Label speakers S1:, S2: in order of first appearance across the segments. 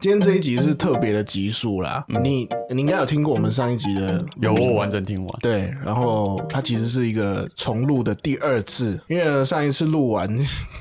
S1: 今天这一集是特别的集数啦，你你应该有听过我们上一集的
S2: 嗯有我完整听完，
S1: 对，然后它其实是一个重录的第二次，因为呢上一次录完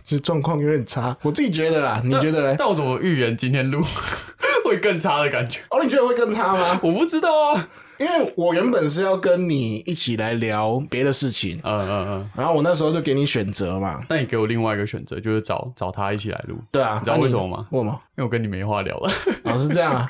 S1: 就状况有点差， 我自己觉得啦，你觉得嘞？
S2: 但我怎么预言今天录 会更差的感觉？
S1: 哦，你觉得会更差吗？
S2: 我不知道啊。
S1: 因为我原本是要跟你一起来聊别的事情，
S2: 嗯嗯嗯，
S1: 然后我那时候就给你选择嘛，
S2: 那你给我另外一个选择，就是找找他一起来录，
S1: 对啊，
S2: 你知道
S1: 那
S2: 为什么吗
S1: 为什么？
S2: 因为我跟你没话聊了，
S1: 哦，是这 样啊，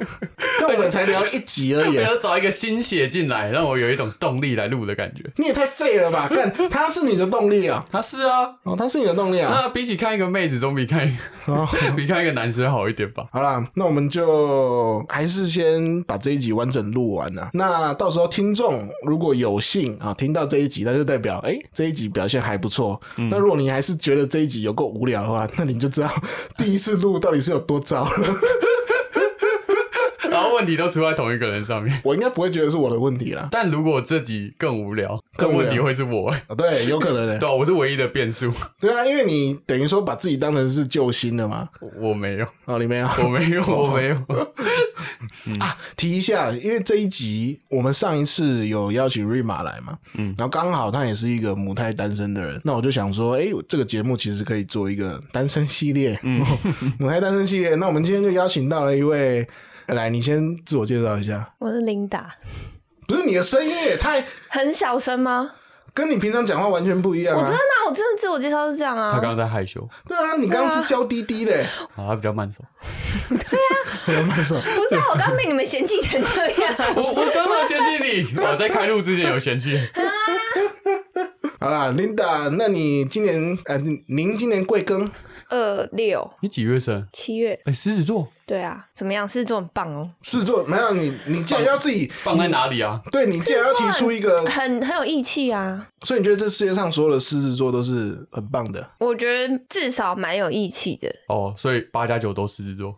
S1: 但我们才聊一集而
S2: 我
S1: 已。
S2: 要找一个新血进来，让我有一种动力来录的感觉。
S1: 你也太废了吧！干，他是你的动力啊！
S2: 他是啊，
S1: 哦，他是你的动力啊！
S2: 那比起看一个妹子，总比看一
S1: 哦
S2: 个比看一个男生好一点吧。
S1: 好啦，那我们就还是先把这一集完整录完了。那到时候听众如果有幸啊听到这一集，那就代表哎、诶这一集表现还不错。那如果你还是觉得这一集有够无聊的话，那你就知道第一次录到底是有多糟了。
S2: 然后问题都出在同一个人上面。
S1: 我应该不会觉得是我的问题 啦。
S2: 但如果这集更无聊，
S1: 更
S2: 更
S1: 无聊
S2: 问题会是我、欸，
S1: 啊对，有可能的、
S2: 对、啊，我是唯一的变数。
S1: 对啊，因为你等于说把自己当成是救星了嘛。
S2: 我我没有，
S1: 哦，你没有。
S2: 我没有， 我没有。
S1: 啊，提一下，因为这一集我们上一次有邀请瑞玛来嘛，嗯，然后刚好他也是一个母胎单身的人，那我就想说，哎、这个节目其实可以做一个单身系列，嗯， 母胎单身系列。那我们今天就邀请到了一位，来，你先自我介绍一下。
S3: 我是琳达，
S1: 不是你的声音也太
S3: 很小声吗？
S1: 跟你平常讲话完全不一样
S3: 我真
S1: 啊
S3: 的！、啊，我真的自我介绍是这样
S2: 他
S3: 啊
S2: 刚。刚在害羞，
S1: 对啊，你刚刚是娇滴滴的、
S2: 啊，他比较慢手。
S3: 不是、啊，我刚被你们嫌弃成这样。
S2: 我我刚好嫌弃你，我在开录之前有嫌弃。
S1: 好啦，Linda，那你今年呃，您今年贵庚？
S3: 二六
S2: 你几月生？
S3: 七月，
S2: 哎、狮子座
S3: 对啊，怎么样？狮子座很棒哦，
S1: 是做没有你，你既然要自己，
S2: 放在哪里啊？
S1: 对你既然要提出一个
S2: 呃
S3: 很很有义气啊。
S1: 所以你觉得这世界上所有的狮子座都是很棒的？
S3: 我觉得至少蛮有义气 的。
S2: 哦，所以八加九都狮子座。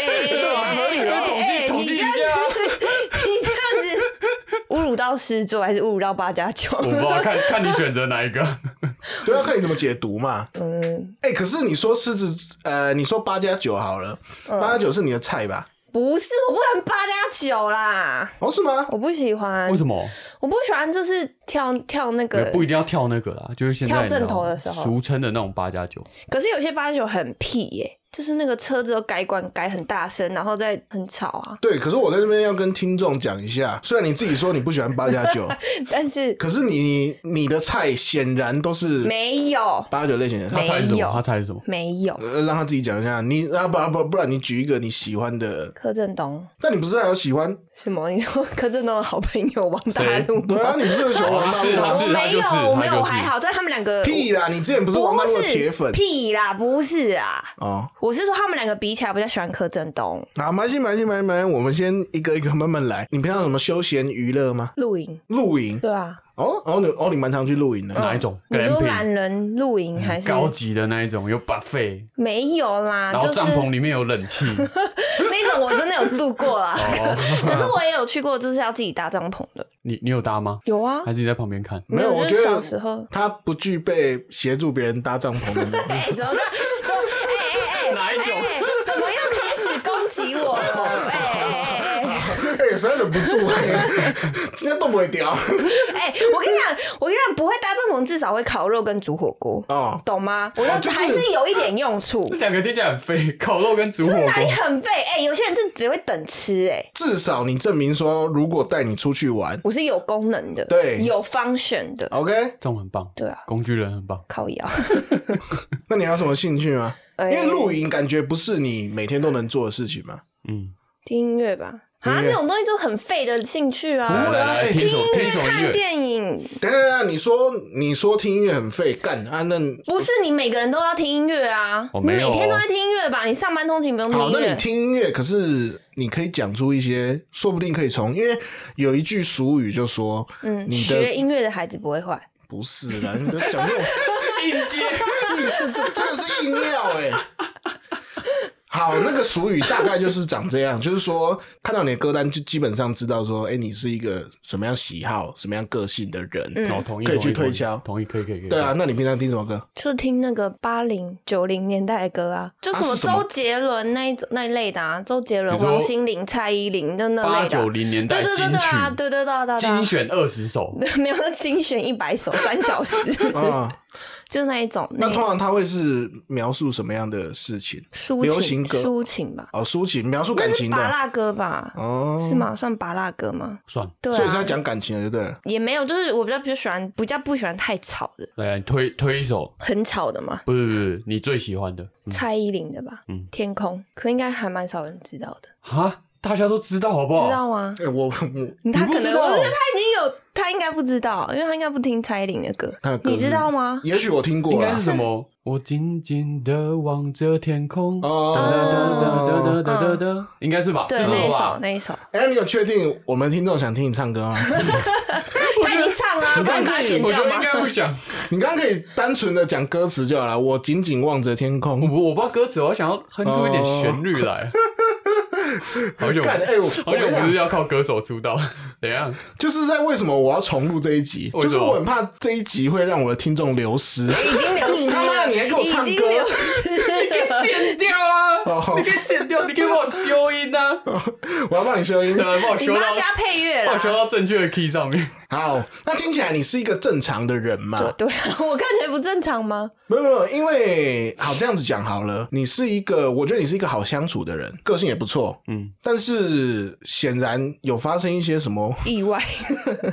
S3: 哎、对
S2: 啊合理啊统计统计
S3: 哎
S2: 一
S3: 你这
S2: 下啊
S3: 样子， 你这样子侮辱到狮子座，还是侮辱到八加九？
S2: 我不知道，看看你选择哪一个。
S1: 对，啊要看你怎么解读嘛。
S3: 嗯，
S1: 哎、可是你说狮子，呃，你说八加九好了，
S3: 嗯
S1: 八加九是你的菜吧？
S3: 不是，我不敢八加九啦，
S1: 哦，是吗？
S3: 我不喜欢。
S2: 为什 么？
S3: 我不喜欢就是跳跳那个，
S2: 不一定要跳那个啦，就是现在
S3: 跳
S2: 你知道
S3: 正头的时候
S2: 俗称的那种八加九。
S3: 可是有些八九很屁耶、就是那个车子都改管改很大声，然后再很吵啊。
S1: 对，可是我在这边要跟听众讲一下，虽然你自己说你不喜欢八加 九，
S3: 但是
S1: 可是你你的菜显然都是
S3: 没有，
S1: 八加九类型的。
S2: 他猜什
S3: 没
S2: 么？
S3: 有嗯
S2: 他猜什么？
S3: 没有。
S1: 呃，让他自己讲一下，你啊不不不然你举一个你喜欢的，
S3: 柯震东
S1: 但你不是还有喜欢？
S3: 什么？你说 柯震东的好朋友王大陆
S1: 对
S3: 吗？
S1: 啊，你不是有喜欢王大陆吗？
S2: 他哦啊是
S3: 我没
S2: 他
S3: 有，
S2: 就是
S3: 我没
S2: 他就
S3: 有，
S2: 是
S3: 我还好。但他们两个
S1: 屁啦，你之前不是王大
S3: 不
S1: 陆的铁粉
S3: 是屁啦，不是啦。
S1: 哦。
S3: 我是说他们两个比起来，我比较喜欢柯震东
S1: 好，蛮心蛮心蛮蛮，我们先一个一个慢慢来。你平常有什么休闲娱乐吗？
S3: 露营。
S1: 露营嗯
S3: 对啊，
S1: 哦哦，你哦你蛮常去露营的。
S2: 哪一种
S3: 你说
S2: glamping
S3: 懒人露营还是
S2: 高级的那一种，有 buffet，
S3: 没有啦？
S2: 然后
S3: 啊就是
S2: 帐篷里面有冷气。
S3: 那种我真的有住过啦，
S1: 哦
S3: 可是我也有去过，就是要自己搭帐篷的。
S2: 你你有搭吗？
S3: 有啊，
S2: 还是你在旁边看？
S1: 哎没有，我
S3: 就
S1: 觉
S3: 是
S1: 得
S3: 小时候。
S1: 他不具备协助别人搭帐篷的 能力。
S3: 哎、怎么这样？怎么哎哎哎
S2: 哪一种？
S3: 哎，怎么又开始攻击我 了？哎哎哎
S1: 哎、实在忍不住、哎，今天都不会掉
S3: 哎哎！我跟你讲，我跟你讲，不会搭帐篷，至少会烤肉跟煮火锅，
S1: 哦。
S3: 懂吗？我说、
S1: 就是
S3: 还是有一点用处
S2: 这。两个听起来很废，烤肉跟煮火
S3: 哪里
S2: 锅。
S3: 很废？哎、有些人是只会等吃、哎，
S1: 至少你证明说，如果带你出去玩
S3: 我是有功能的，
S1: 对
S3: 有 function 的，
S1: ，OK？
S2: 这种很棒，
S3: 对啊，
S2: 工具人很棒。
S3: 靠腰。
S1: 那你还有什么兴趣吗？因
S3: 哎
S1: 为露营感觉不是你每天都能做的事情嘛。
S2: 嗯，
S3: 听音乐吧。
S1: 音
S3: 啊，
S1: 乐
S3: 这种东西就很废的兴趣啊！
S1: 不会啊哎
S2: 听
S3: 听
S2: 首
S3: 音
S2: 听
S3: 乐、
S2: 首音
S3: 看
S2: 乐，
S3: 电影，
S1: 等一下等一下，你说你说听音乐很费干啊？那
S3: 不是你每个人都要听音乐啊！
S2: 我
S3: 你
S2: 没
S3: 每
S2: 有
S3: 天都在听音乐吧？你上班通勤不用听
S1: 哦好，
S3: 音
S1: 那你
S3: 乐。嗯
S1: 听音乐，可是你可以讲出一些，说不定可以从，因为有一句俗语就说，
S3: 嗯，
S1: 你
S3: 学
S1: 的
S3: 音乐的孩子不会坏。
S1: 不是啦，你不要讲这种，
S2: 应接。
S1: 欸硬这这这个是硬料哎、好，那个俗语大概就是长这样，就是说看到你的歌单就基本上知道说，哎、你是一个什么样喜好、什么样个性的人。
S3: 嗯
S2: 哦，同意，
S1: 可以
S2: 同意
S1: 去推敲
S2: 同意，同意可以，可以，可以。
S1: 对啊，，那你平常听什么歌？
S3: 就听那个八零九零年代的歌啊，就什么
S1: 是什么
S3: 周杰伦那一种那一类的啊，周杰伦、
S2: 你说
S3: 王心凌、蔡依林的那
S2: 八
S3: 类的啊
S2: 九，零年代
S3: 对对
S2: 金
S3: 对对啊，
S2: 曲
S3: 对对对对对，对
S2: 精，选二十首，
S3: 没有精选一百 首，三小时，
S1: 啊，
S3: 就是那一种，
S1: 那
S3: 一
S1: 通常他会是描述什么样的事情？
S3: 抒
S1: 流
S3: 情
S1: 行歌
S3: 抒情吧，
S1: 哦，抒情，描述
S3: 那
S1: 感
S3: 是
S1: 情
S3: 拔
S1: 的
S3: 蜡歌吧？
S1: 哦，
S3: 是？吗？算拔蜡歌吗？
S2: 算
S3: 对
S1: 所以是在
S3: 啊，
S1: 讲感情的，就对了。
S3: 也没有，就是我比较比较喜欢，比较不喜欢太吵的，
S2: 来你推推一首，
S3: 很吵的嘛。
S2: 不是不是不是，你最喜欢的
S1: 嗯
S3: 蔡依林的吧，
S2: 嗯
S3: 天空，可应该还蛮少人知道的，
S2: 哈，大家都知道好不好？
S3: 知道吗？
S1: 哎、我
S3: 他
S2: 不
S3: 可
S2: 知
S3: 能，
S2: 道
S3: 我觉得他已经有，他应该不知道，因为他应该不听蔡依林的歌
S1: 他的，歌
S3: 你
S1: 是
S3: 知道吗？
S1: 也许我听
S2: 应
S1: 过
S2: 该
S1: 啦
S2: 是。什么？我静静的望着天空。
S1: 哦
S2: 哒哒哒哒哒哒哒哒，应该是吧？
S3: 对，
S2: 是这
S3: 那
S2: 个
S3: 一
S2: 吧
S3: 首，？那一首，
S1: 哎、你有确定我们听众想听你唱歌吗？
S3: 他已经唱了啊，不然把它剪
S2: 我
S3: 掉
S2: 就
S3: 吗
S2: 应？该不想，
S1: 你刚刚可以单纯的讲歌词就好了。我紧紧望着天
S2: 我
S1: 空。
S2: 不我不知道歌词，我想要哼出一点旋律来。好久
S1: 干，哎、我
S2: 好
S1: 我
S2: 久
S1: 跟你
S2: 不
S1: 讲，
S2: 是要靠歌手出道，怎样？
S1: 就是在为什么我要重录这一集？
S2: 为什
S1: 就
S2: 么
S1: 是我很怕这一集会让我的听众流 失。
S3: 已经流失
S1: 你他妈
S3: 了，
S1: 你还给我唱歌
S3: 已经流 失了。
S2: 剪掉啊！
S1: 哦
S2: 你可以剪掉，你可以帮我修音 啊！
S1: 我要帮你 修音
S2: 对。吧？帮我
S3: 你
S2: 修
S3: 妈
S2: 到，
S3: 加配乐
S2: 帮我
S3: 啦！
S2: 修到正确的 key 上面。
S1: 好，那听起来你是一个正常的人嘛？
S3: 对啊，我看起来不正常吗？
S1: 没有没有，因为好这样子讲好了，你是一个，我觉得你是一个好相处的人，个性也不错，
S2: 嗯，
S1: 但是显然有发生一些什么
S3: 意外，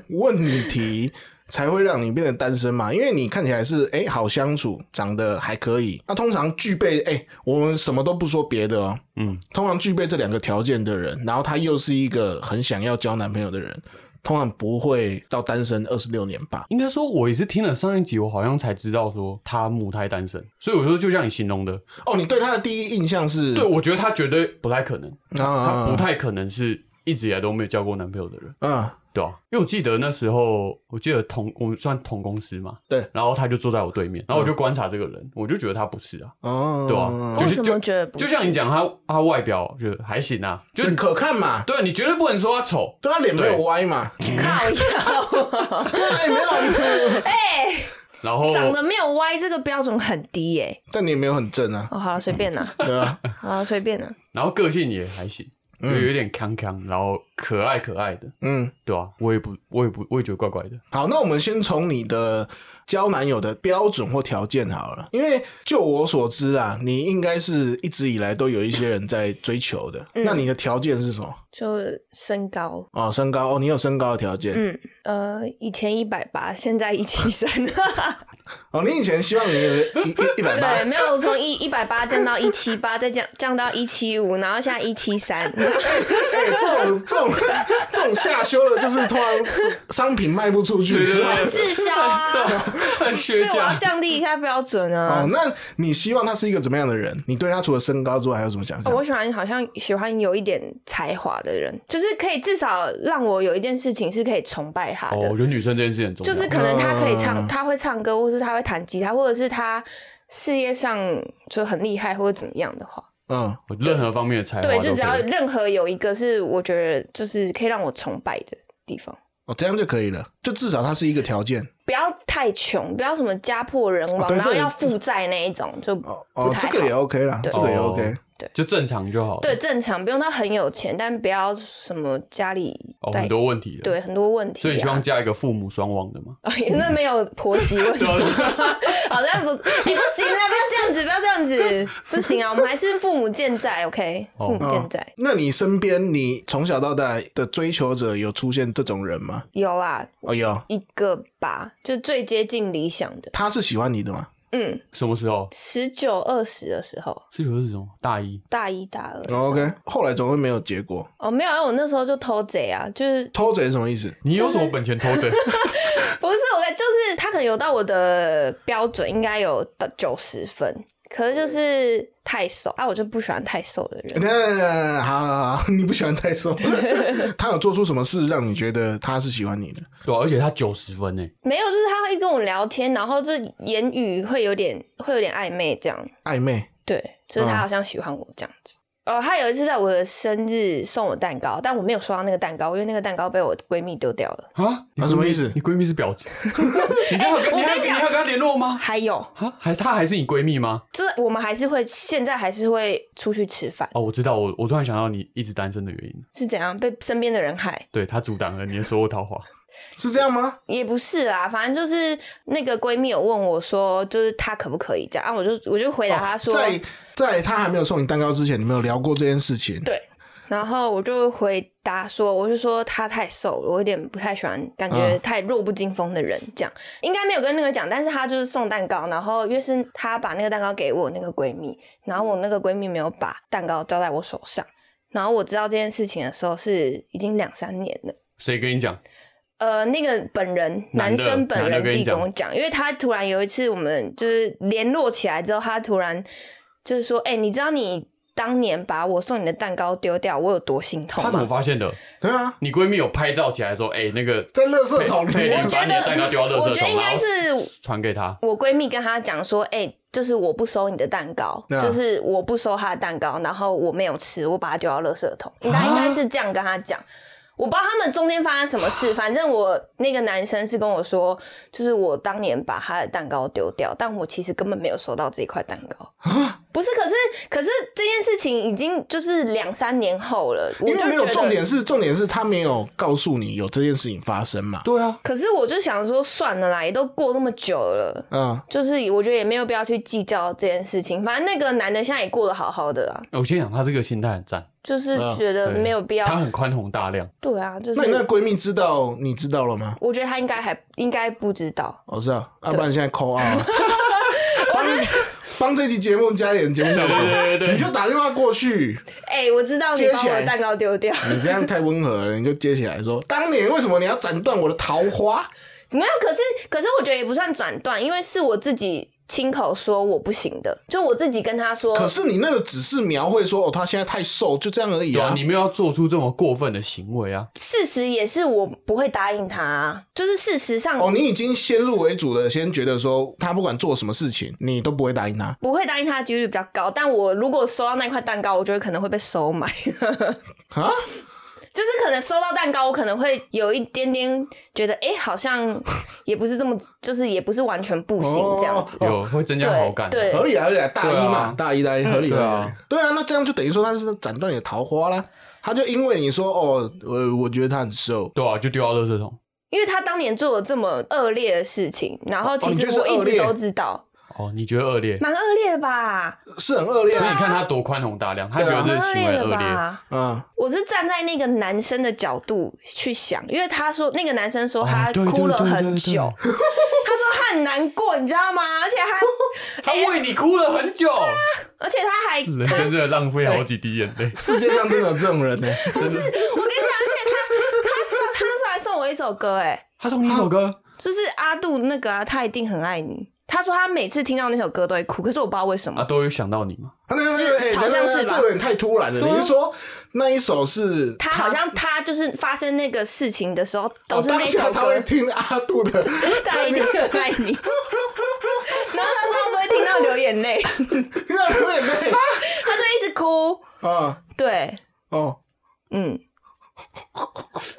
S1: 问题。才会让你变得单身嘛？ 因为你看起来是哎、好相处，长得还可以。那通常具备哎、我们什么都不说别的哦，
S2: 嗯，
S1: 通常具备这两个条件的人，然后他又是一个很想要交男朋友的人，通常不会到单身二十六年吧？
S2: 应该说，我也是听了上一集，我好像才知道说他母胎单身，所以我说就像你形容的，
S1: 哦，你对他的第一印象是
S2: 对我觉得他绝对不太可能，
S1: 啊
S2: 他
S1: 啊
S2: 不太可能是一直以来都没有交过男朋友的人，
S1: 啊啊
S2: 对啊，因为我记得那时候，我记得同我们算同公司嘛，
S1: 对，
S2: 然后他就坐在我对面，然后我就观察这个人，我就觉得他不是啊，
S1: 哦，
S2: 对啊就
S3: 为
S2: 是
S3: 什么觉得不？
S2: 就是像你讲他他外表就还行啊，就
S1: 很
S2: 是
S1: 可看嘛，
S2: 对你绝对不能说他丑，
S1: 对他脸没有歪嘛，
S3: 靠腰，
S1: 对啊，也没有，
S3: 哎，
S2: 然
S1: 哦
S2: 后
S3: 长得没有歪，这个标准很低耶。
S1: 但你也没有很正啊，
S3: 哦，好了，随便 啦，
S1: 对啊，
S3: 好了，随便啦。
S2: 然后个性也还行，就有点康康，然后可爱可爱的，
S1: 嗯，
S2: 对啊，我也不我也不我也觉得怪怪的，
S1: 好，那我们先从你的交男友的标准或条件好了，因为就我所知啊，你应该是一直以来都有一些人在追求的，
S3: 嗯
S1: 那你的条件是什么？
S3: 就身高，
S1: 哦，身高哦，你有身高的条件、
S3: 嗯，呃，以前一百八，现在一七三，
S1: 哦，你以前希望你有一一一百
S3: 对，
S1: 八，
S3: 没有从一一百八降到一七八，再降降到一七五，然后现在一七 三，
S1: 哎、这种这种这种下修的，就是突然商品卖不出去之后。
S3: 滞销啊，
S2: 很
S3: 所以
S2: 学
S3: 我要
S2: 家。
S3: 降低一下标准啊
S1: 哦，。那你希望他是一个怎么样的人？你对他除了身高之外还有什么想
S3: 哦
S1: 象？
S3: 我喜欢好像喜欢有一点才华的人，就是可以至少让我有一件事情是可以崇拜他
S2: 哦，
S3: 的，
S2: 我觉得女生这件事很重要，
S3: 就是可能他可以唱，
S1: 嗯
S3: 他会唱歌，或是他会弹吉他，或者是他事业上就很厉害或者怎么样的话，
S1: 嗯，
S2: 我任何方面的才华都可
S3: 对，
S2: 以，
S3: 就只要任何有一个是我觉得就是可以让我崇拜的地方，
S1: 哦，这样就可以了，就至少它是一个条件。
S3: 不要太穷，不要什么家破人亡，
S1: 哦对
S3: 然后
S1: 这也
S3: 要负债那一种就
S1: 哦
S3: 不
S1: 哦，这
S3: 太好。
S1: 个也 OK 啦，
S3: 对
S1: 这个也 OK。
S2: 哦就正常就好
S1: 哦
S2: 了。
S3: 对，正常不用到很有钱，但不要什么家里
S2: 哦，
S3: 带、
S2: 很多问题的。，
S3: 对很多问题、啊。
S2: 所以你希望嫁一个父母双亡的吗？
S3: 哦，那没有婆媳问 题，
S2: 对
S3: 好像不，哎、不行啊，不要这样子，不要这样子， 不行啊，我们还是父母健在，OK，
S2: 哦
S3: 父母健在。
S1: 那你身边，你从小到大的追求者有出现这种人吗？
S3: 有啦，
S1: 哦，有，
S3: 一个吧，就最接近理想的，
S1: 他是喜欢你的吗？
S3: 嗯，
S2: 什么时候？
S3: 十九二十的时候，
S2: 是九是什么？大一
S3: 大一大二的时候
S1: 哦 OK，后来总会没有结果。
S3: 哦，没有，因为我那时候就偷贼啊，就是
S1: 偷贼是什么意思？
S2: 你有什么本钱偷 着？
S3: 不是我，就是他可能有到我的标准，应该有到九十分，可是就是太瘦啊，我就不喜欢太瘦的
S1: 嗯
S3: 人。
S1: 那好好好，你不喜欢太瘦。他有做出什么事让你觉得他是喜欢你的？
S2: 对啊，而且他九十分呢，
S3: 没有，就是他会跟我聊天，然后就是言语会有点会有点暧昧这样，
S1: 暧昧？
S3: 对，就是他
S1: 嗯
S3: 好像喜欢我这样子。哦，她有一次在我的生日送我蛋糕，但我没有收到那个蛋糕，因为那个蛋糕被我闺蜜丢掉了。
S2: 啊？你
S1: 啊什么
S2: 闺蜜
S1: 意思
S2: 你闺蜜是婊 子？你还有
S3: 哎
S2: 跟你
S3: 我
S2: 还
S3: 跟
S2: 有
S3: 你
S2: 你
S3: 讲
S2: 还有跟她联络吗？
S3: 还有，
S2: 啊，还她还是你闺蜜吗？
S3: 就是我们还是会现在还是会出去吃饭，
S2: 哦，我知道，我我突然想到你一直单身的原因，
S3: 是怎样被身边的人害？
S2: 对她阻挡了你的所有 桃花。
S1: 是这样吗？
S3: 也不是啦，反正就是那个闺蜜有问我说，就是她可不可以这样，啊、我就我就回答她说，
S1: 哦在在他还没有送你蛋糕之前，你们有聊过这件事情？
S3: 对，然后我就回答说，我就说她太瘦了，我有点不太喜欢，感觉
S1: 嗯
S3: 太弱不禁风的人这样，应该没有跟那个讲，但是她就是送蛋糕，然后因为是她把那个蛋糕给我那个闺蜜，然后我那个闺蜜没有把蛋糕交在我手上，然后我知道这件事情的时候是已经两三年了。
S2: 谁跟你讲？
S3: 呃，那个本人，
S2: 男的
S3: 男生本
S2: 男的
S3: 人
S2: 跟
S3: 自
S2: 你
S3: 己跟
S2: 讲
S3: 我讲，因为他突然有一次我们就是联络起来之后，他突然就是说：“哎、你知道你当年把我送你的蛋糕丢掉，我有多心痛
S2: 她怎么
S3: 吗
S2: 发现的？
S1: 对啊，
S2: 你闺蜜有拍照起来说，哎，那个
S1: 在垃圾
S2: 佩
S1: 桶里
S2: 佩
S1: 面
S2: 林把你的蛋糕丢到垃圾桶，
S3: 我觉得应该是
S2: 然后传给她？”。
S3: 我闺蜜跟他讲说：“哎、就是我不收你的蛋糕，
S1: 对啊
S3: 就是我不收他的蛋糕，然后我没有吃，我把它丢到垃圾桶。”
S1: 啊
S3: 他应该是这样跟他讲。我不知道他们中间发生什么事，反正我那个男生是跟我说，就是我当年把他的蛋糕丢掉，但我其实根本没有收到这一块蛋糕。
S1: 啊
S3: 不是，可是可是这件事情已经就是两三年后了，我
S1: 因
S3: 就
S1: 为没
S3: 觉
S1: 有
S3: 得
S1: 重点是重点是他没有告诉你有这件事情发生嘛？
S2: 对啊，
S3: 可是我就想说，算了啦，也都过那么久了，
S1: 嗯，
S3: 就是我觉得也没有必要去计较这件事情。反正那个男的现在也过得好好的啊，
S2: 我先讲她这个心态很赞，
S3: 就是
S1: 嗯
S3: 觉得
S2: 对
S3: 没有必要。
S2: 她很宽宏大量。
S3: 对啊，就
S1: 那你那
S3: 是
S1: 闺蜜知道你知道了吗？
S3: 我觉得他应该还应该不知道。
S1: 我知道，要不然你现在扣哦 啊，帮帮这期节目加点节目效果，
S2: 对对对
S1: 你就打电话过去，
S3: 哎、我知道你
S1: 接
S3: 把
S1: 起
S3: 我
S1: 来
S3: 的蛋糕丢掉，
S1: 你这样太温和了，你就接起来 说，当年为什么你要斩断我的桃花？
S3: 没有？可是可是我觉得也不算转断，因为是我自己亲口说我不行的，就我自己跟他说。
S1: 可是你那个只是描绘说，哦，他现在太瘦，就这样而已
S2: 对啊，
S1: 啊。
S2: 你没有要做出这么过分的行为啊！
S3: 事实也是我不会答应他啊、就是事实上
S1: 哦，你已经先入为主的先觉得说，他不管做什么事情，你都不会答应他。
S3: 不会答应他的几率比较高。但我如果收到那块蛋糕，我觉得可能会被收买。
S1: 啊，
S3: 就是可能收到蛋糕，我可能会有一点点觉得，哎、好像也不是这么，就是也不是完全不行这样子。
S1: 哦
S2: 有会增加好感，
S3: 对
S1: 合理啊，合理啊，大一嘛，
S2: 对啊
S1: 大一大一合理
S2: 对
S1: 合理
S2: 啊
S1: 合理。对啊，那这样就等于说他是斩断你的桃花啦。他就因为你说哦，呃，我觉得他很瘦，
S2: 对啊，就丢到垃圾桶。
S3: 因为他当年做了这么恶劣的事情，然后其
S1: 哦你觉
S3: 实
S1: 得是
S3: 我一
S1: 恶劣
S3: 直都知道，
S2: 哦，你觉得恶劣？
S3: 蛮恶劣的吧，
S1: 是很恶劣
S2: 所以你
S1: 啊。
S2: 看他多宽宏大量，他
S1: 对
S2: 觉
S1: 啊
S2: 得
S3: 蛮
S2: 这
S3: 恶
S2: 行
S3: 劣
S2: 为
S3: 的
S2: 恶劣。
S3: 吧。
S1: 嗯，
S3: 我是站在那个男生的角度去想，因为他说那个男生说他
S2: 哦对对
S3: 哭了
S2: 对对
S3: 很
S2: 对
S3: 久，他说他很难过，你知道吗？而且他，
S2: 他
S3: 哎而且
S2: 为你哭了很 久，
S3: 而且他还
S2: 人生真的浪费好几滴眼泪。
S1: 世界上真的有这种人呢、
S3: 我跟你讲，而且他他知道他那时候还送我一首歌、哎，
S2: 他送你一首歌，
S3: 就是阿杜那个啊，他一定很爱你。他说他每次听到那首歌都会哭，可是我不知道为什么。
S2: 啊，都有想到你嘛？
S1: 啊那那那哎
S3: 好像是吧哦
S1: 等一下这有点太突然了。你是说那一首是
S3: 他好像他就是发生那个事情的时候都
S1: 哦
S3: 是那
S1: 当下
S3: 首
S1: 他会
S3: 歌，
S1: 听阿杜的，
S3: 他一定很爱你。然后他说他都会听到流眼泪，
S1: 听到流眼泪
S3: 他就一直哭。
S1: 啊
S3: 对，
S1: 哦。
S3: 嗯，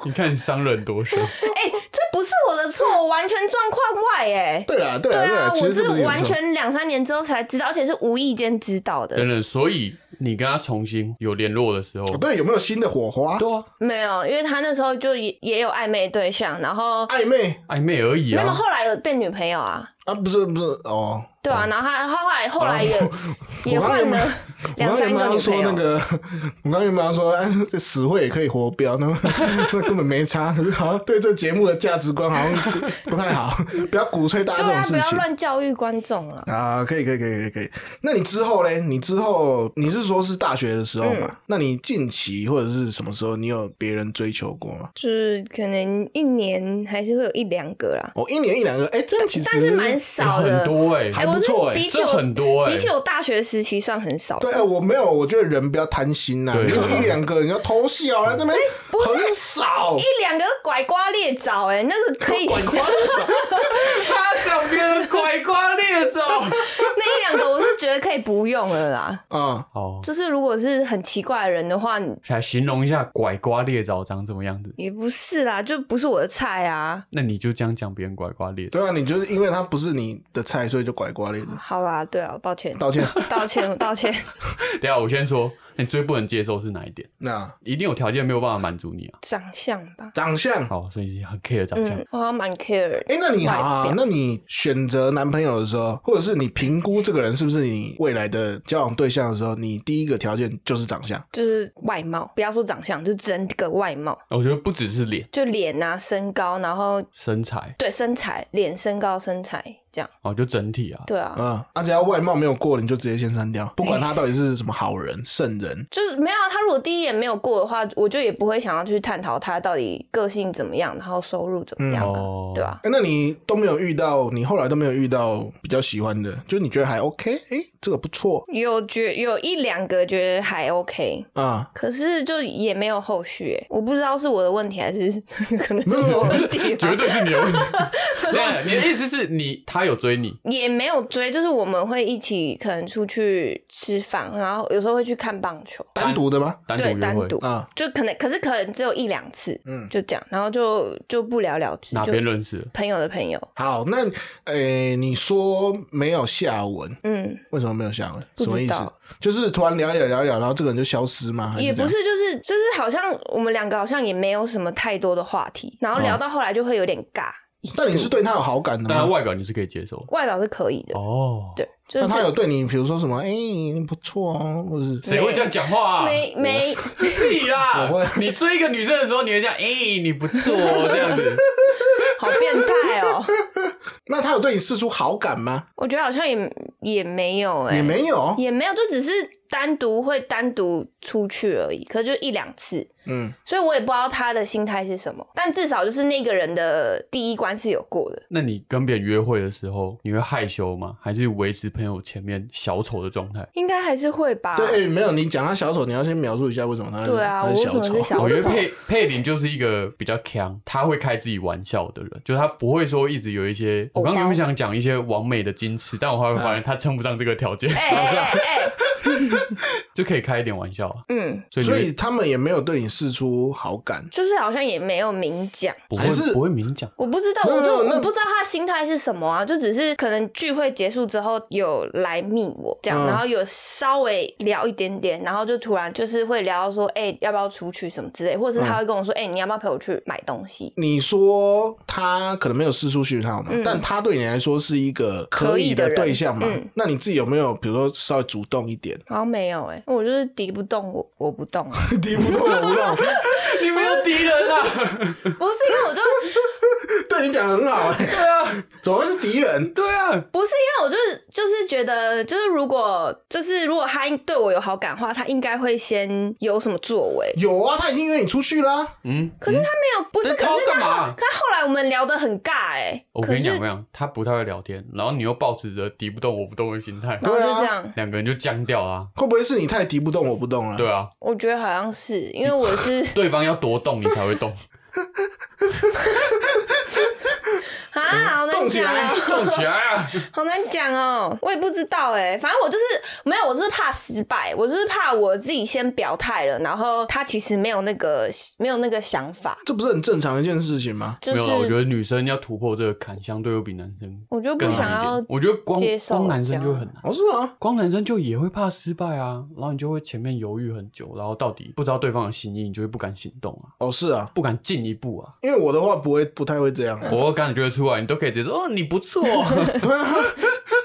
S2: 你看你伤人多 深，
S3: 哎、这不是我的错，我完全状况外哎、
S1: 对啦，对啦，
S3: 对
S1: 对啦，
S3: 啊，
S1: 其
S3: 我
S1: 实这不
S3: 是
S1: 严重
S3: 完全两三年之后才知道，而且是无意间知道的
S2: 等。等。所以你跟他重新有联络的时候，
S1: 哦对有没有新的火花
S2: 对啊，
S3: 没有，因为他那时候就也也有暧昧对象，然后
S1: 暧昧
S2: 暧昧而已
S3: 那么
S2: 啊。
S3: 后来有变女朋友啊，
S1: 啊？不是不是哦，啊
S3: 对啊，然后他他后来后来也也
S1: 我刚
S3: 换
S1: 原
S3: 了
S1: 本我
S3: 两
S1: 刚
S3: 三
S1: 原
S3: 个
S1: 本要
S3: 女朋
S1: 说那
S3: 友。
S1: 个， 我刚原本要说，哎，这死会也可以活标，那 那根本没差。可是好像对这节目的价值观好像不不太好，不要鼓吹大家这
S3: 对
S1: 种
S3: 啊，不
S1: 事
S3: 要
S1: 情。
S3: 乱教育观众啊！
S1: 啊，可以，可以，可以，可以，可以。那你之后嘞？你之后你是说是大学的时候
S3: 嗯
S1: 嘛？那你近期或者是什么时候，你有别人追求过吗？
S3: 就是可能一年还是会有一两个啦，
S1: 哦，一年一两个，哎、这样其实
S3: 但是蛮少
S2: 欸
S3: 的，
S2: 很多欸
S3: 哎
S1: 还不错
S3: 我
S1: 欸
S3: 是比起
S2: 这
S3: 我
S2: 很多欸
S3: 比起我大学时期算很少。
S1: 对，哎我没有，我觉得人不要贪心呐、
S2: 对
S1: 你有一两个，你要偷笑啊，那边
S3: 哎不是
S1: 很少，
S3: 一两个拐瓜裂枣，哎，那个 可以，
S1: 管宽
S2: 他想别人拐瓜裂 枣。
S3: 那一两个我是觉得可以不用了啦。
S1: 啊，
S2: 好，
S3: 就是如果是很奇怪的人的话，
S2: 来形容一下拐瓜裂枣长什么样子。
S3: 也不是啦，就不是我的菜啊。
S2: 那你就这样讲别人拐瓜裂枣，
S1: 对啊，你就是因为它不是你的菜，所以就拐瓜裂枣，
S3: 好啦，对啊，抱歉，
S1: 道歉。
S3: 道歉，道歉。
S2: 等一下我先说，你最不能接受是哪一点？
S1: 那
S2: 一定有条件没有办法满足你啊。
S3: 长相吧，
S1: 长相，
S2: 好，所以很 care 长相
S3: 嗯，，我好像蛮 care 的。
S1: 哎，那你好
S3: 外
S1: 啊
S3: 表，
S1: 那你选择男朋友的时候，或者是你评估这个人是不是你未来的交往对象的时候，你第一个条件就是长相。
S3: 就是外貌，不要说长相，就整个外貌，
S2: 我觉得不只是脸、
S3: 就脸啊、身高，然后
S2: 身材
S3: 对身材、脸、身高、身材这样，
S2: 哦，就整体啊。
S3: 对啊，
S1: 嗯，啊，只要外貌没有过，你就直接先删掉，不
S3: 哎
S1: 管他到底是什么好人、圣人。
S3: 就是没有啊他，如果第一眼没有过的话，我就也不会想要去探讨他到底个性怎么样，然后收入怎么样、啊，
S2: 哦，
S3: 对吧、
S1: 哎、那你都没有遇到，你后来都没有遇到比较喜欢的，就你觉得还 OK，哎、这个不错
S3: 有觉有一两个觉得还 OK，
S1: 啊。
S3: 可是就也没有后续欸，我不知道是我的问题还是 可能是我的问题 吧
S2: 绝。对是你的问题。 对，你的意思是你他有追你，
S3: 也没有追，就是我们会一起可能出去吃饭，然后有时候会去看棒球，
S1: 单独的吗？
S2: 单独
S3: 对，
S2: 约
S3: 单
S2: 会，
S3: 独
S1: 啊，
S3: 就可能，可是可能只有一两次，
S1: 嗯
S3: 就这样，然后就就不了了之，
S2: 哪
S3: 就
S2: 边认识的？
S3: 朋友的朋友，
S1: 好，那哎、你说没有下文，
S3: 嗯，
S1: 为什么没有下文？
S3: 不知道
S1: 什么意思？就是突然聊一聊聊一聊，然后这个人就消失吗？还
S3: 也
S1: 这
S3: 不
S1: 样？
S3: 是，就是就是好像我们两个好像也没有什么太多的话题，然
S2: 嗯
S3: 后聊到后来就会有点尬。
S1: 但你是对他有好感的
S2: 但他
S1: 吗？
S2: 外表你是可以接受的
S3: 外表是可以的，
S2: 哦。
S3: 对，就
S1: 那
S3: 是
S1: 他
S3: 这
S1: 有对你，比如说什么？哎、你不错哦，或者是
S2: 谁会这样讲话、啊？
S3: 没 没
S2: 屁啦！
S1: 我
S2: 你追一个女生的时候，你会这样，哎、你不错哦，这样子。
S3: 好变态哦，
S1: 那他有对你示出好感吗？
S3: 我觉得好像也也没有哎、
S1: 也没有。
S3: 也没有，就只是单独会单独出去而已，可就一两次，
S1: 嗯，
S3: 所以我也不知道他的心态是什么，但至少就是那个人的第一关是有过的。
S2: 那你跟别人约会的时候，你会害羞吗？还是维持朋友前面小丑的状态？
S3: 应该还是会吧，
S1: 对，哎、没有，你讲他小丑，你要先描述一下为什么他
S3: 对啊
S1: 他
S3: 我为什
S1: 小
S3: 么
S1: 丑
S3: 是。小丑
S2: 我觉得佩佩林就是一个比较强，他会开自己玩笑的人，就是他不会说一直有一些。我刚刚原本想讲一些完美的矜持，但我后来发现他称不上这个条件，
S3: 哎哎哎哎，
S2: 就可以开一点玩笑啊。
S3: 嗯，
S2: 所以你
S1: 所
S2: 会
S1: 以他们也没有对你示出好感。
S3: 就是好像也没有明讲。
S2: 不
S1: 还是
S2: 会不会明讲。
S3: 我不知道，
S1: 没有
S3: 我就
S1: 没有那
S3: 我不知道他的心态是什么啊，就只是可能聚会结束之后有来密我这样，
S1: 嗯
S3: 然后有稍微聊一点点，然后就突然就是会聊到说，哎、要不要出去什么之类，或者
S1: 嗯
S3: 是他会跟我说，哎、你要不要陪我去买东西？
S1: 你说他可能没有示出讯号嘛，但他对你来说是一个可以的对象嘛？
S3: 嗯可以的人嗯
S1: 那你自己有没有，比如说稍微主动一点？
S3: 好像没有哎、我就是敌不动我，我不动啊，
S1: 敌不动我不动，
S2: 你没有敌人啊！
S3: 不是因为我就
S1: 对你讲的很好、欸，
S2: 对啊，
S1: 怎么会是敌人？
S2: 对啊。
S3: 不是因为我就是就是觉得，就是如果就是如果他对我有好感的话，他应该会先有什么作为。
S1: 有啊，他已经约你出去啦、
S2: 嗯，
S3: 可是他没有，不是，
S2: 这
S3: 可
S2: 他
S3: 是他
S2: 干嘛
S3: 后，可是后来我们聊得很尬哎、
S2: 我
S3: 可
S2: 跟你
S3: 是
S2: 讲，我跟你讲，他不太会聊天，然后你又抱持着敌不动我不动的心 态，
S3: 然后就
S1: 对啊
S3: 这样，
S2: 两个人就僵掉啊。
S1: 会不会是你太敌不动我不动了？
S2: 对啊，
S3: 我觉得好像是因为我 是
S2: 对方要多动你才会动，
S3: 啊，好难
S1: 动起
S3: 讲
S1: 来
S3: 哦、
S2: 动起来啊！
S3: 好难讲哦、我也不知道哎、反正我就是没有，我就是怕失败，我就是怕我自己先表态了，然后他其实没有那个没有那个想法，
S1: 这不是很正常的一件事情吗？
S3: 就
S2: 没
S3: 是
S2: 有啦，我觉得女生要突破这个坎，相对又比男生
S3: 我就
S2: 更难
S3: 不想
S2: 一
S3: 要
S2: 点。我觉得光
S3: 接受
S2: 光男生就会很难，
S1: 哦，是吗？
S2: 光男生就也会怕失败啊，然后你就会前面犹豫很久，然后到底不知道对方的心意，你就会不敢行动啊，
S1: 哦，是啊，
S2: 不敢进一步啊。
S1: 因为我的话不会，不太会这样、 啊。
S2: 我感觉出来，你都可以直接说哦，你不 错，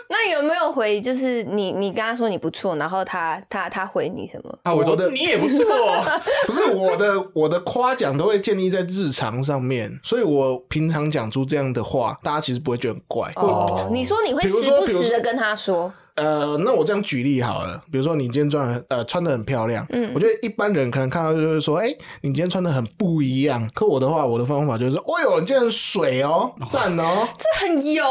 S3: 那有没有回？就是你你跟他说你不错，然后他他他回你什么？
S2: 啊，我
S1: 我的
S2: 说你也不 错，
S1: 不是我的，我的夸奖都会建立在日常上面，所以我平常讲出这样的话，大家其实不会觉得很怪。
S3: 哦，你说你会
S1: 比如
S3: 时
S1: 说
S3: 不
S1: 比如
S3: 时
S1: 说
S3: 的跟他说，
S1: 呃，那我这样举例好了，比如说你今天穿得呃穿的很漂亮，嗯，我觉得一般人可能看到就会说，哎、你今天穿的很不一样。可我的话，我的方法就是，哦哟，你今天很水哦，赞哦，
S3: 这很油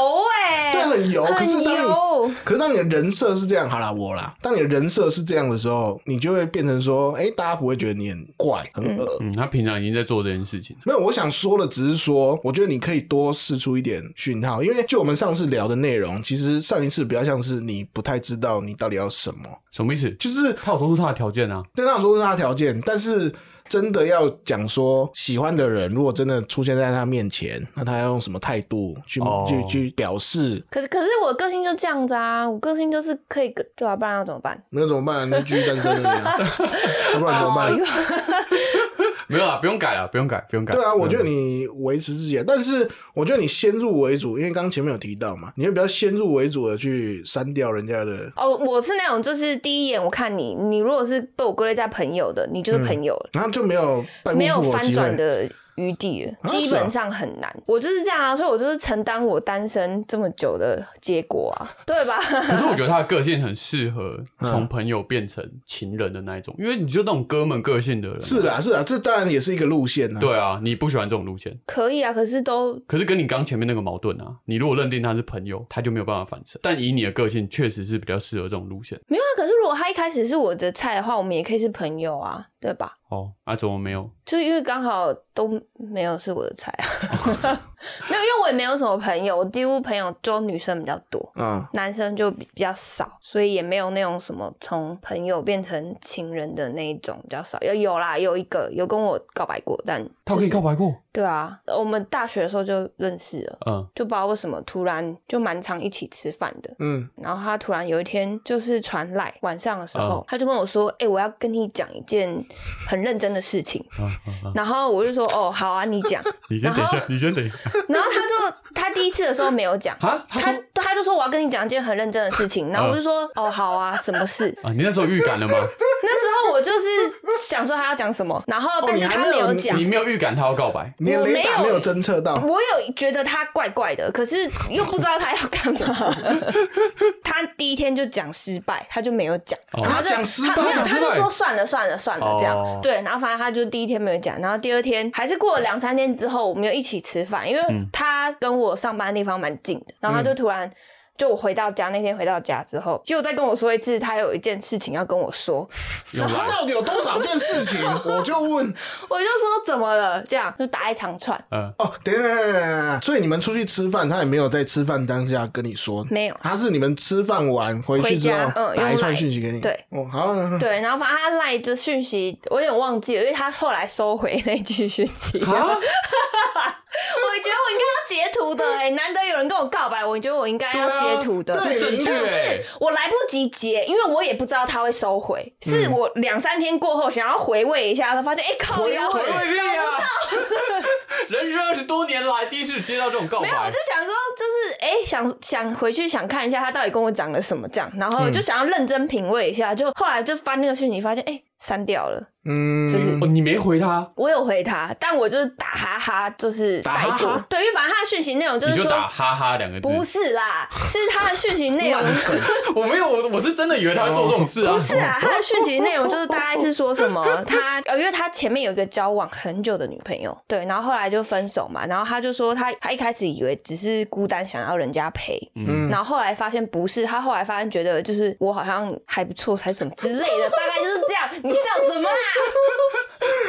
S3: 哎、
S1: 对，很油。可是
S3: 很
S1: 当
S3: 油
S1: 你，可是当你的人设是这样，好啦，我啦，当你的人设是这样的时候，你就会变成说，哎、大家不会觉得你很怪、很恶、
S2: 嗯，他平常已经在做这件事情了。
S1: 没有，我想说的只是说，我觉得你可以多试出一点讯号，因为就我们上次聊的内容，其实上一次比较像是你不太知道你到底要什么，
S2: 什么意思？
S1: 就是
S2: 他有说出他的条件 啊，
S1: 对他说是他的条件，但是真的要讲说喜欢的人，如果真的出现在他面前，那他要用什么态度去、
S2: 哦
S1: 去去表示？
S3: 可是可是我个性就这样子啊，我个性就是可以跟，对啊，不然要怎么办？
S1: 那怎么办、你就继续单身而已 啊，要不然怎么
S3: 哦
S1: 办？
S2: 没有啊，不用改了，不用改，不用改。
S1: 对啊，
S2: 不用
S1: 我觉得
S2: 改
S1: 你维持自己，但是我觉得你先入为主，因为刚前面有提到嘛，你会比较先入为主的去删掉人家的
S3: 哦， 我是那种就是第一眼我看你，你如果是被我归类在朋友的，你
S1: 嗯
S3: 就是朋友了。
S1: 然后就没有半
S3: 没
S1: 面
S3: 有
S1: 复活
S3: 翻
S1: 机
S3: 转
S1: 会。
S3: 的余地了，
S1: 啊
S3: 基
S1: 是啊
S3: 本上很难。我就是这样啊，所以我就是承担我单身这么久的结果啊，对吧？
S2: 嗯可是我觉得他的个性很适合从朋友变成情人的那一种，因为你就那种哥们个性的人。啊
S1: 是啦，是啦，这当然也是一个路线啊。，
S2: 对啊，你不喜欢这种路线，
S3: 可以啊，可是都
S2: 可是跟你刚前面那个矛盾啊，你如果认定他是朋友，他就没有办法反省。但以你的个性，确实是比较适合这种路线。
S3: 没有啊。可是如果他一开始是我的菜的话，我们也可以是朋友啊，对吧？
S2: 哦，啊，怎么没有？
S3: 就是因为刚好都没有是我的菜啊， 没有，因为我也没有什么朋友，我几乎朋友就女生比较多。
S1: 嗯，
S3: 男生就比比较少，所以也没有那种什么从朋友变成情人的那一种比较少。有有啦，有一个有跟我告白过，但、就是、
S2: 他有跟你告白过？
S3: 对啊，我们大学的时候就认识了，
S2: 嗯，
S3: 就不知道为什么突然就蛮常一起吃饭的。
S1: 嗯，
S3: 然后他突然有一天就是传来晚上的时候，
S1: 哦
S3: 他就跟我说：“哎、我要跟你讲一件很认真的事情。
S1: 哦
S2: 啊啊啊！
S3: 然后我就说：“哦，好啊，你讲。
S2: 你先
S3: 然后
S2: 等一下，你先等一下。”
S3: 然后他就他第一次的时候没有讲，
S2: 啊，他
S3: 他
S2: 说
S3: 他就说我要跟你讲一件很认真的事 情，然后我就说、哦好啊，什么事？
S2: 啊，你那时候有预感了吗？
S3: 那时候我就是想说他要讲什么，然后但是
S1: 哦你还
S3: 他
S1: 没
S3: 没
S1: 有
S3: 有
S1: 你
S3: 讲
S2: 你。没有预感他要告白，
S1: 你的
S3: 我
S1: 雷
S3: 没
S1: 达
S3: 有
S1: 没有侦测到，
S3: 我有觉得他怪怪的，可是又不知道他要干 嘛。他第一天就讲失败，他就没有讲，
S2: 哦
S3: 然后就
S1: 他讲失败
S3: 他没有
S2: 讲失
S3: 他
S2: 败
S3: 就说算了算了算了这样。
S2: 哦
S3: 对，然后反正他就第一天没有讲，然后第二天还是过了两三天之后，我们又一起吃饭，因为他跟我上班的地方蛮近的，然后他就突然。就我回到家那天回到家之后，就再跟我说一次，他有一件事情要跟我说，
S2: 有
S1: 他
S2: 来
S1: 到底有多少件事情？我就问
S3: 我就说怎么了？这样就打一长串，
S2: 嗯，
S1: 哦，等一下等一下等一下等一下，所以你们出去吃饭，他也没有在吃饭当下跟你说，
S3: 没有
S1: 他是你们吃饭完回去之后
S3: 回家嗯
S1: 打一串
S3: 用 Line
S1: 讯息给你，
S3: 对，
S1: 哦，好啊，好 啊
S3: 对，然后反正他赖着讯息，我有点忘记了，因为他后来收回那句讯息。 我觉得我
S2: 啊
S3: 应，该要截图的哎、难得有人跟我告白，我觉得我应该要截图的。
S1: 对
S2: 正确
S1: 但是
S2: 欸。
S3: 我来不及截，因为我也不知道他会收回，
S1: 嗯
S3: 是我两三天过后想要回味一下，才发现哎、靠，要
S1: 回
S3: 回
S1: 味
S3: 味。
S2: 未必啊！ 人生二十多年来第一次接到这种告
S3: 没有，我
S2: 白
S3: 就，想说，就是哎、想想回去想看一下他到底跟我讲了什么这样，然
S1: 嗯
S3: 后就想要认真品味一下，就后来就翻那个讯息，发现哎删、掉了，
S1: 嗯，
S3: 就是
S2: 哦，你没回他，
S3: 我有回他，但我就是打哈哈，就是
S2: 打
S3: 带
S2: 哈哈
S3: 过。对，因为反正他的讯息内容就
S2: 你
S3: 是
S2: 就打
S3: 说，
S2: 哈哈两个字。
S3: 不是啦，是他的讯息内容，
S2: 我没有，我我是真的以为他会做这种事啊。
S3: 不是啊，他的讯息内容就是大概是说什么，他呃，因为他前面有一个交往很久的女朋友，对，然后后来就分手嘛，然后他就说他他一开始以为只是孤单想要人家陪，
S1: 嗯
S3: 然后后来发现不是，他后来发现觉得就是我好像还不错，才什么之类的，大概就是这样。你笑什么啦？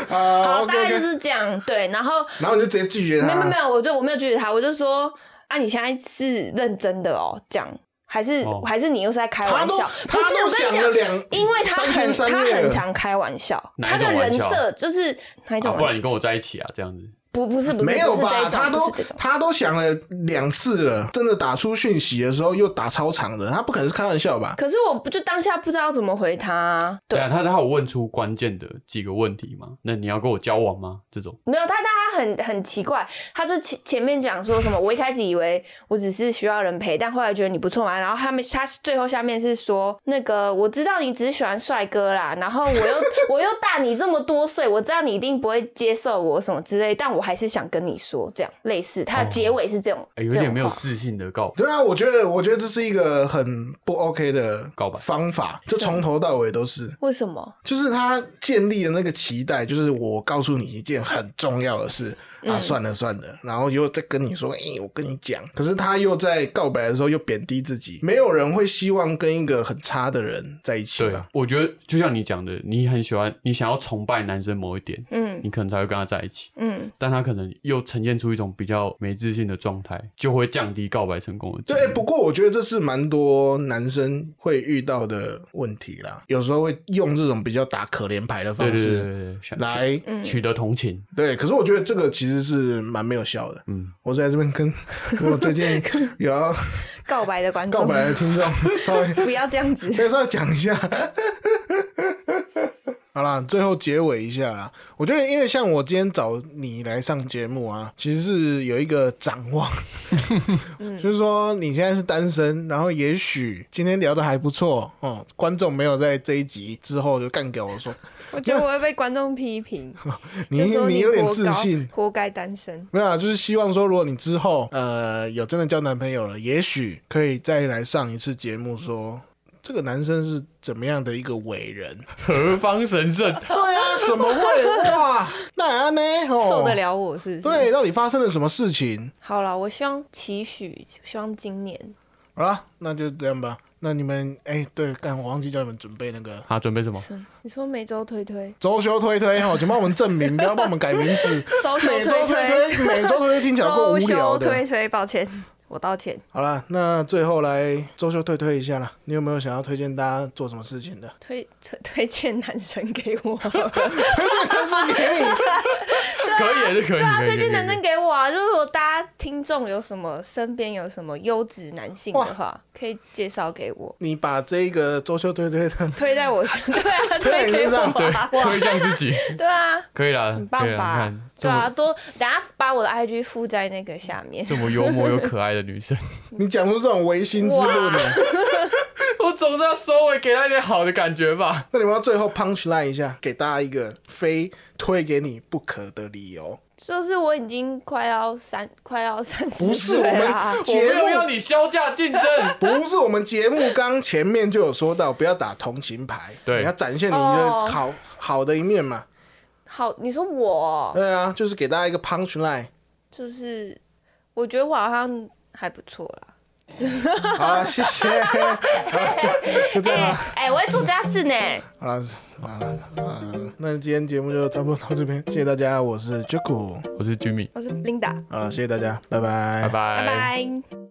S1: 啊
S3: 好，
S1: ，OK，
S3: 大概就
S1: OK，
S3: 是这样，对，然后
S1: 然后你就直接拒绝
S3: 没有没有
S1: 他
S3: 没，有，我就我没有拒绝他，我就说啊，你现在是认真的哦，这样还是、
S2: 哦
S3: 还是你又是在开
S1: 他
S3: 玩
S1: 都
S3: 笑？不
S1: 他
S3: 是，
S1: 都
S3: 我跟你
S1: 想了
S3: 讲，
S1: 两，
S3: 因为他
S1: 三天
S3: 很
S1: 三
S3: 他
S1: 夜
S3: 很
S1: 了
S3: 常开玩笑，
S2: 哪一
S3: 他的
S2: 种玩
S3: 人
S2: 笑
S3: 设就是哪一
S2: 啊，
S3: 种
S2: 不
S3: 玩
S2: 然
S3: 笑？
S2: 你跟我在一起啊，这样子。
S3: 不不是不是
S1: 没有
S3: 不是这
S1: 吧？
S3: 一
S1: 他
S3: 种，
S1: 都
S3: 不是这种。
S1: 他都想了两次了，真的打出讯息的时候又打超长的，他不可能是开玩笑吧？
S3: 可是我不就当下不知道怎么回他啊、对，
S2: 对啊，他他有问出关键的几个问题嘛？那你要跟我交往吗？这种
S3: 没有他，他很很奇怪，他就前前面讲说什么，我一开始以为我只是需要人陪，但后来觉得你不错嘛，然后他们他最后下面是说那个我知道你只是喜欢帅哥 啦，然后我又我又大你这么多岁，我知道你一定不会接受我什么之类，但我还是想跟你说，这样类似，它的结尾是这
S1: 哦
S3: 种，
S2: 哎有
S3: 这
S2: 点
S3: 种
S2: 没有
S3: 话
S2: 自信的告白。
S1: 对啊，我觉得，我觉得这是一个很不 OK 的
S2: 告白
S1: 方法，就
S3: 啊
S1: 从头到尾都是，
S3: 为什么？
S1: 就是他建立了那个期待，就是我告诉你一件很重要的事啊，算了算了，然后又再跟你说，哎、我跟你讲，可是他又在告白的时候又贬低自己，没有人会希望跟一个很差的人在一起
S2: 对
S1: 吧？，
S2: 我觉得就像你讲的，你很喜欢，你想要崇拜男生某一点，
S3: 嗯
S2: 你可能才会跟他在一起，
S3: 嗯，
S2: 但他可能又呈现出一种比较没自信的状态，就会降低告白成功的几
S1: 对，
S2: 率。
S1: 哎、不过我觉得这是蛮多男生会遇到的问题啦，有时候会用这种比较打可怜牌的
S2: 对
S1: 方
S2: 对对
S1: 式
S2: 对对想，
S1: 来
S2: 想
S3: 嗯
S2: 取得同情，
S1: 对，可是我觉得这个其实是蛮没有效的。嗯，我在这边跟 我最近有要
S3: 告白的观
S1: 告
S3: 众，
S1: 白的听众稍微
S3: 不要这样子。
S1: 再稍微讲一下。 好啦，最后结尾一下啦。我觉得，因为像我今天找你来上节目啊，其实是有一个展望，就是说你现在是单身，然后也许今天聊的还不错哦、观众没有在这一集之后就干给我说
S3: 我觉得我会被观众批评，
S1: 你
S3: 就说
S1: 你
S3: 你
S1: 有点
S3: 活
S1: 自
S3: 该
S1: 信，
S3: 活该单身。
S1: 没有啊，就是希望说，如果你之后呃有真的交男朋友了，也许可以再来上一次节目说。这个男生是怎么样的一个伟人？
S2: 何方神圣？
S1: 对啊，怎么会哇？那安呢？哦
S3: 受得？了我是不是？
S1: 对，，到底发生了什么事情？
S3: 好了，我希望期许，希望今年
S1: 好啦，啊那就这样吧。那你们哎、对，刚我忘记叫你们准备那个
S2: 他准备什么？
S3: 是你说每周 推推，
S1: 周休推推哈，请帮我们证明，不要帮我们改名字。
S3: 周休
S1: 每周推
S3: 推，
S1: 推，每周推推听起来够无
S3: 周
S1: 聊
S3: 休
S1: 的
S3: 推。推，抱歉，我道歉。
S1: 好啦，那最后来周休推推一下啦。你有没有想要推荐大家做什么事情的？
S3: 推推推荐男神给 我，
S1: 男生给你。
S2: 可以，这可以，
S3: 对啊，
S2: 可以
S3: 推荐
S2: 可以
S3: 男生给我啊！如果大家听众有什么身边有什么优质男性的话，可以介绍给我，
S1: 你把这个周休推推的，
S3: 推在我 身，对啊，
S1: 在
S3: 推
S1: 你
S3: 给
S1: 身
S3: 我
S1: 上
S3: 啊，
S2: 对，推向自己，
S3: 对啊，
S2: 可以啦，
S3: 很
S2: 可以
S3: 棒
S2: 啦
S3: 吧
S2: 你看？
S3: 对
S2: 这
S3: 啊，
S2: 么
S3: 多等下把我的 IG 附在那个下面。
S2: 这么幽默又可爱的女生，
S1: 你讲出这种唯心之论呢？
S2: 我总是要收尾，给她一点好的感觉吧。
S1: 那你们要最后 punch line 一下，给大家一个非推给你不可的理由。
S3: 就是我已经快要三快要三
S1: 不
S3: 十
S1: 是
S3: 岁
S1: 我们
S3: 了啊，
S2: 我
S1: 节
S2: 没有要
S1: 目，
S2: 你削价 竞争，
S1: 不是我们节目刚前面就有说到，不要打同情牌，
S2: 对
S1: 你要展现你的
S3: 哦
S1: 好好的一面嘛。
S3: 好，你说我
S1: 对啊，就是给大家一个 punch line。
S3: 就是，我觉得我好像还不错啦。
S1: 好了，谢谢，好就就这样
S3: 哎
S1: 了。
S3: 哎，我会做家事呢。
S1: 好了，完了，嗯，那今天节目就差不多到这边，谢谢大家，我是 j o k o
S2: 我是 Jimmy，
S3: 我是 Linda，
S1: 好了，谢谢大家，拜拜，拜
S2: 拜
S3: 拜拜。